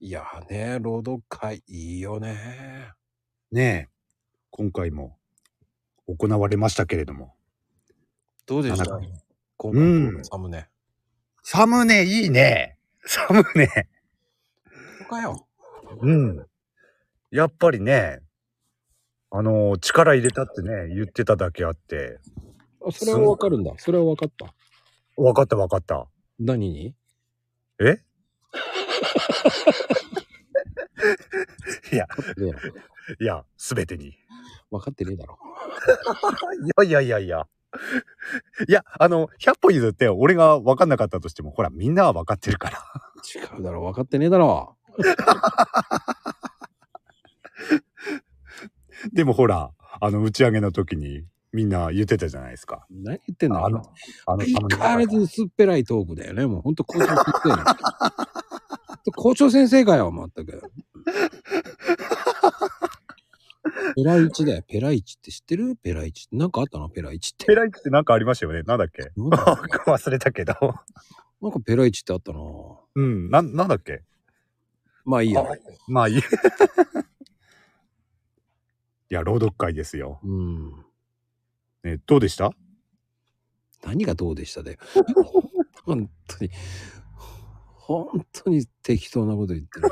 いやね、朗読会いいよね。ねえ、今回も行われましたけれども。どうでした田中今う回のんサムネ。サムネいいね。サムネ。そこかよ。うん。やっぱりね、あの、力入れたってね、言ってただけあって、あ、それはわかるんだ。それはわかった。わかったわかった。何に えいや、ねえいや、すべてに。わかってねえだろ。いやいやいやいや。いや、あの、100歩譲って俺が分かんなかったとしても、ほら、みんなは分かってるから。違うだろ。わかってねえだろ。でもほら、あの、打ち上げの時にみんな言ってたじゃないですか。何言ってんだあのろ。、あの、相あの変わらず薄っぺらいトークだよね。もうほんと校長先生だよ。ほんと校長先生かよ、まったく。ペライチだよ。ペライチって知ってるペライチって。なんかあったのペライチって。ペライチってなんかありましたよね。なんだっけなんだろうね忘れたけど。なんかペライチってあったなうん、な、なんだっけまあいいやあ。まあいい。い や、朗読会ですよ。うん。ね、どうでした何がどうでしたで、本当に、本当に適当なこと言ってる。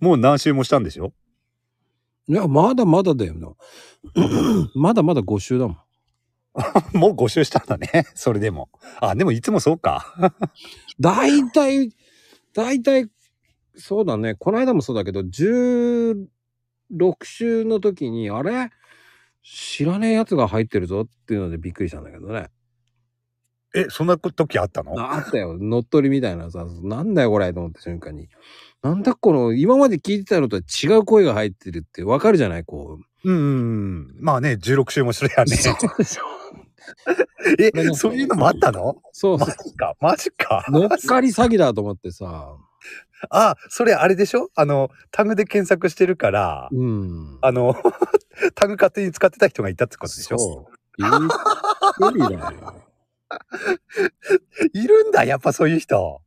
もう何周もしたんでしょ いや、まだまだだよな。まだまだ5週だもん。もう5周したんだね。 それでも。あ、でもいつもそうか。大体、大体、そうだね。この間もそうだけど、16週の時に、あれ知らねえやつが入ってるぞっていうのでびっくりしたんだけどね。え、そんな時あったのあったよ。乗っ取りみたいなさ、なんだよこれと思った瞬間に。なんだこの、今まで聞いてたのとは違う声が入ってるってわかるじゃないこう。うんうんうん。まあね、16週もするやね。そうそうこれ え、ねそういうのもあったのそうマそジか、マジかう。。乗っかり詐欺だと思ってさ。あ、それあれでしょあの、タグで検索してるから、うん。あの、 タグ勝手に使ってた人がいたってことでしょそう。びっくりだよ。いるんだ、やっぱそういう人。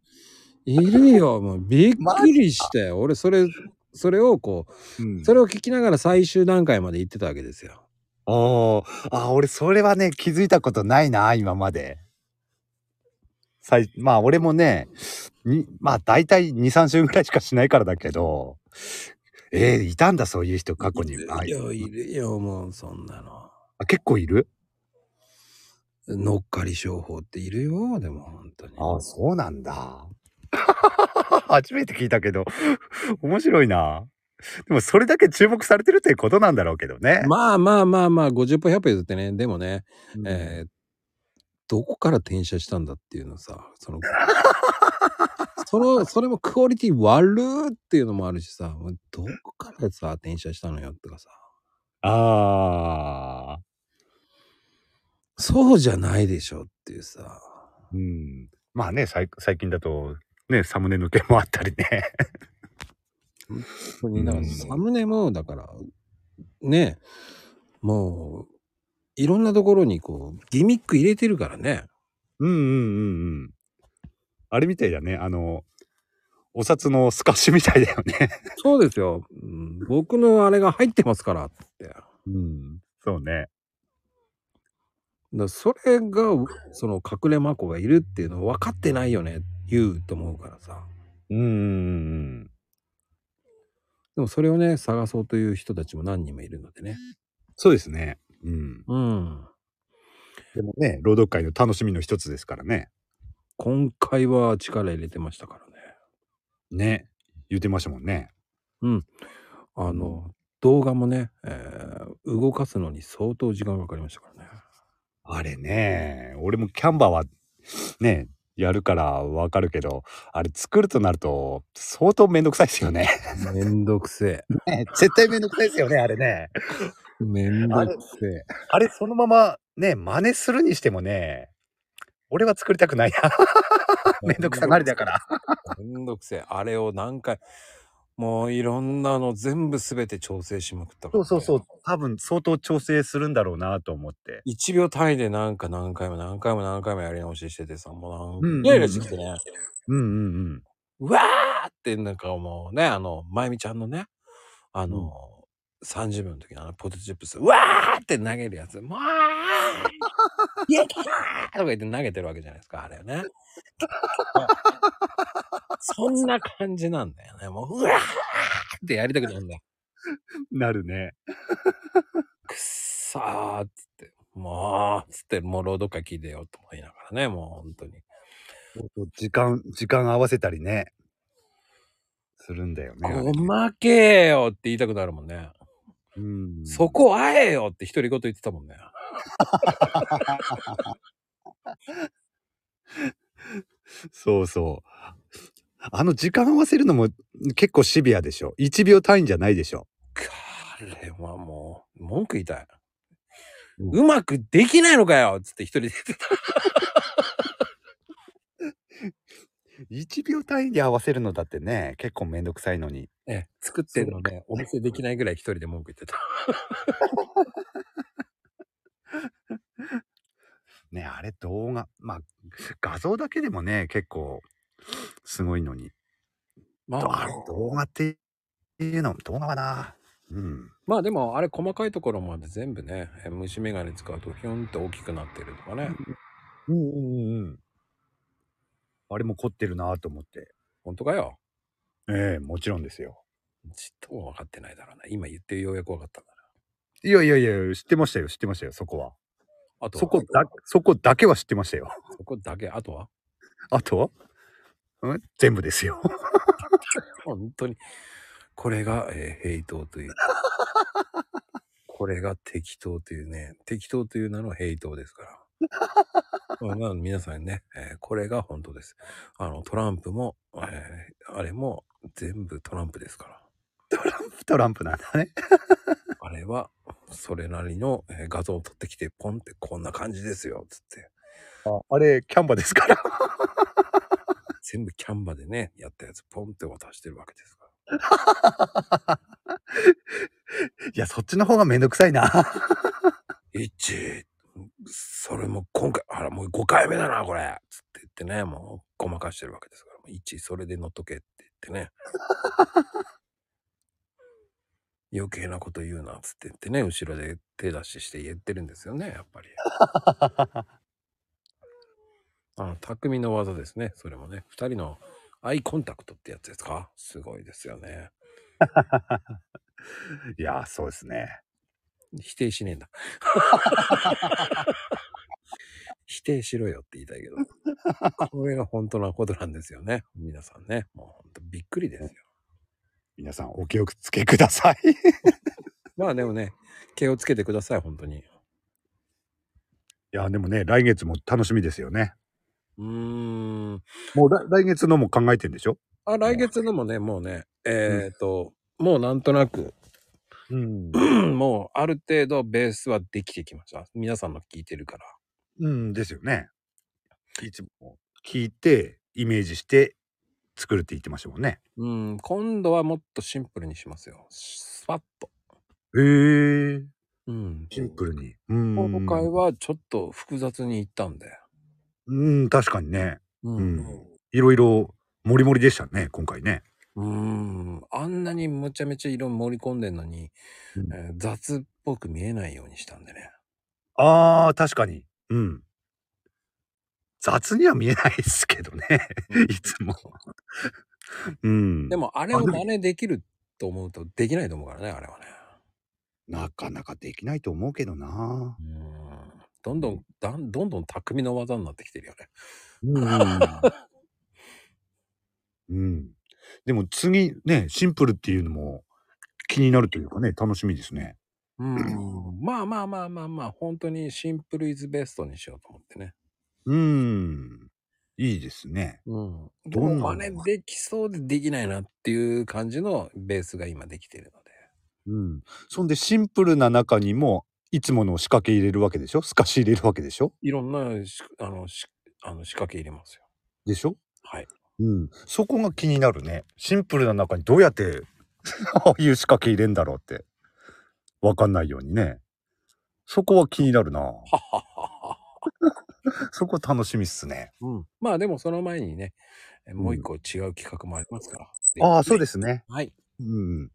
いるよ。もうびっくりしたよ。俺、それ、それをこうんう、それを聞きながら最終段階まで行ってたわけですよ。おーあ、俺それはね、気づいたことないな、今まで。最まあ俺もね、にまあ大体2、3週ぐらいしかしないからだけど、えー、いたんだ、そういう人、過去に。あいや、いるよ、もう、そんなの。あ結構いる乗っかり商法っているよ、でも、本当に。あそうなんだ。 初めて聞いたけど、 面白いな。でもそれだけ注目されてるってことなんだろうけどね。まあまあまあまあ、50歩100歩譲ってね、でもね、うんえーどこから転写したんだっていうのさ、その、その、それもクオリティ悪ーっていうのもあるしさ、もうどこからさ、転写したのよとかさ、ああ、そうじゃないでしょっていうさ、うん。まあね、最最近だと、ね、サムネの件もあったりね。本当にだからうんサムネも、だから、ね、もう、いろんなところにこう、ギミック入れてるからね。うんうんうんうん。あれみたいだね。あの、お札の透かしみたいだよね。そうですよ、うん僕のあれが入ってますからって。うん。そうね。だからそれがその隠れまこがいるっていうのを分かってないよね言うと思うからさうんうんでもそれをね探そうという人たちも何人もいるのでねそうですね。うん。うんでもね、朗読会の楽しみの一つですからね。今回は力入れてましたからねね。言ってましたもんね。あの動画もね、えー動かすのに相当時間がかかりましたからねあれね、俺もキャンバーは、ね、やるからわかるけど、あれ作るとなると、相当めんどくさいですよね。めんどくせ 絶対めんどくさいですよね、あれね。えめんどくせえあれそのままね、真似するにしてもね、俺は作りたくないな。 めんどくさがりだから。めんどくせえあれを何回もういろんなの全部全て調整しまくったからね、う。多分相当調整するんだろうなと思って。 1秒単位でなんか何回も何回も何回もやり直ししててさ、もうなんうんうんイライラしてきてね。うんうんうん。うわーってなんかもうね、あの、まゆみちゃんのね、あの、30秒の時のあのポテトチップス、うわーって投げるやつ、もう、イエーイとか言って投げてるわけじゃないですか、あれね。そんな感じなんだよね。もう、うわーってやりたくなるんだよ。なるね。くっさーっつって、もう、つって、もう朗読会聞いてよと思いながらね、もう本当に。時間、時間合わせたりね。するんだよね。あれごまけよって言いたくなるもんね。うん。そこあえよって独り言言ってたもんね。そうそう。あの時間合わせるのも結構シビアでしょ。1秒単位じゃないでしょ。あれはもう、文句言いたい。ううまくできないのかよっつって一人で言ってた。 1秒単位で合わせるのだってね、結構めんどくさいのに。ええ、作ってるのね、お見せできないぐらい一人で文句言って た。ね、あれ動画、まあ画像だけでもね、結構すごいのに。まああれ、動画っていうの、動画はな。うん。まあでも、あれ細かいところまで全部ね、え虫眼鏡使うとヒョンって大きくなってるとかね。うんうんうんうん。あれも凝ってるなと思って。本当かよ。ええもちろんですよ。ちっとも分かってないだろうな。今言ってようやく分かったんだな。いやいやいや、知ってましたよ、知ってましたよ、そこは。あとはそこだ、そこだけは知ってましたよ。 そこだけ、あとはあとは、ん、全部ですよ。 本当に。これが、えー、平等という。これが適当というね。適当という名の平等ですから。 まあなので皆さんね、えーこれが本当です。あの、トランプも、えーあれも全部トランプですから。トランプなんだね。あれは、それなりの、えー画像を撮ってきて、ポンってこんな感じですよ、つって。ああれ、キャンバですから。 全部キャンバでね、やったやつ、ポンって渡してるわけですから。いや、そっちの方がめんどくさいな。一それも今回あらもう5回目だなこれつって言ってねもうごまかしてるわけですから一それで乗っとけって言ってね余計なこと言うなつって言ってね後ろで手出しして言ってるんですよねやっぱりあの匠の技ですねそれもね2人のアイコンタクトってやつですかすごいですよねいや、そうですね。否定しねえんだ。 否定しろよって言いたいけど。これが本当なことなんですよね。皆さんね。もう本当びっくりですよ。皆さん、お気をつけください。 まあでもね、気をつけてください、本当に。いや、でもね、来月も楽しみですよね。うーん。もう来来月のも考えてんでしょあ、来月のもね、もうね、えっ、と、もうなんとなく、 うん。もうある程度ベースはできてきました。皆さんの聞いてるから。うんですよね。いつも聞いて、イメージして作るって言ってましたもんね。うん、今度はもっとシンプルにしますよ。スパッと。へえ。うん。シンプルに。うん。今回はちょっと複雑にいったんで。うん、確かにね。ううんいろいろ、もりもりでしたね、今回ね。うーんあんなにむちゃめちゃ色盛り込んでんのに、うんえー雑っぽく見えないようにしたんでね。ああ、確かに。うん。雑には見えないですけどね。 いつも。うん。でもあれをあでも真似できると思うとできないと思うからね、あれはね。なかなかできないと思うけどな。うーんどんどん、だんどんどん匠の技になってきてるよね。うん。うん。でも次ね、シンプルっていうのも気になるというかね、楽しみですね。うーん。まあまあまあまあまあ、本当にシンプルイズベストにしようと思ってね。うん。いいですね。うん。でどんなも真似できそうでできないなっていう感じのベースが今できてるので。うん。そんでシンプルな中にも、いつもの仕掛け入れるわけでしょ透かし入れるわけでしょいろんなし、あの、しあの仕掛け入れますよ。でしょはい。うん、そこが気になるねシンプルな中にどうやって ああいう仕掛け入れんだろうって分かんないようにねそこは気になるなそこ楽しみっすねうん、まあでもその前にね、もう一個違う企画もありますから。ああ、そうでですね。す。はい。うん。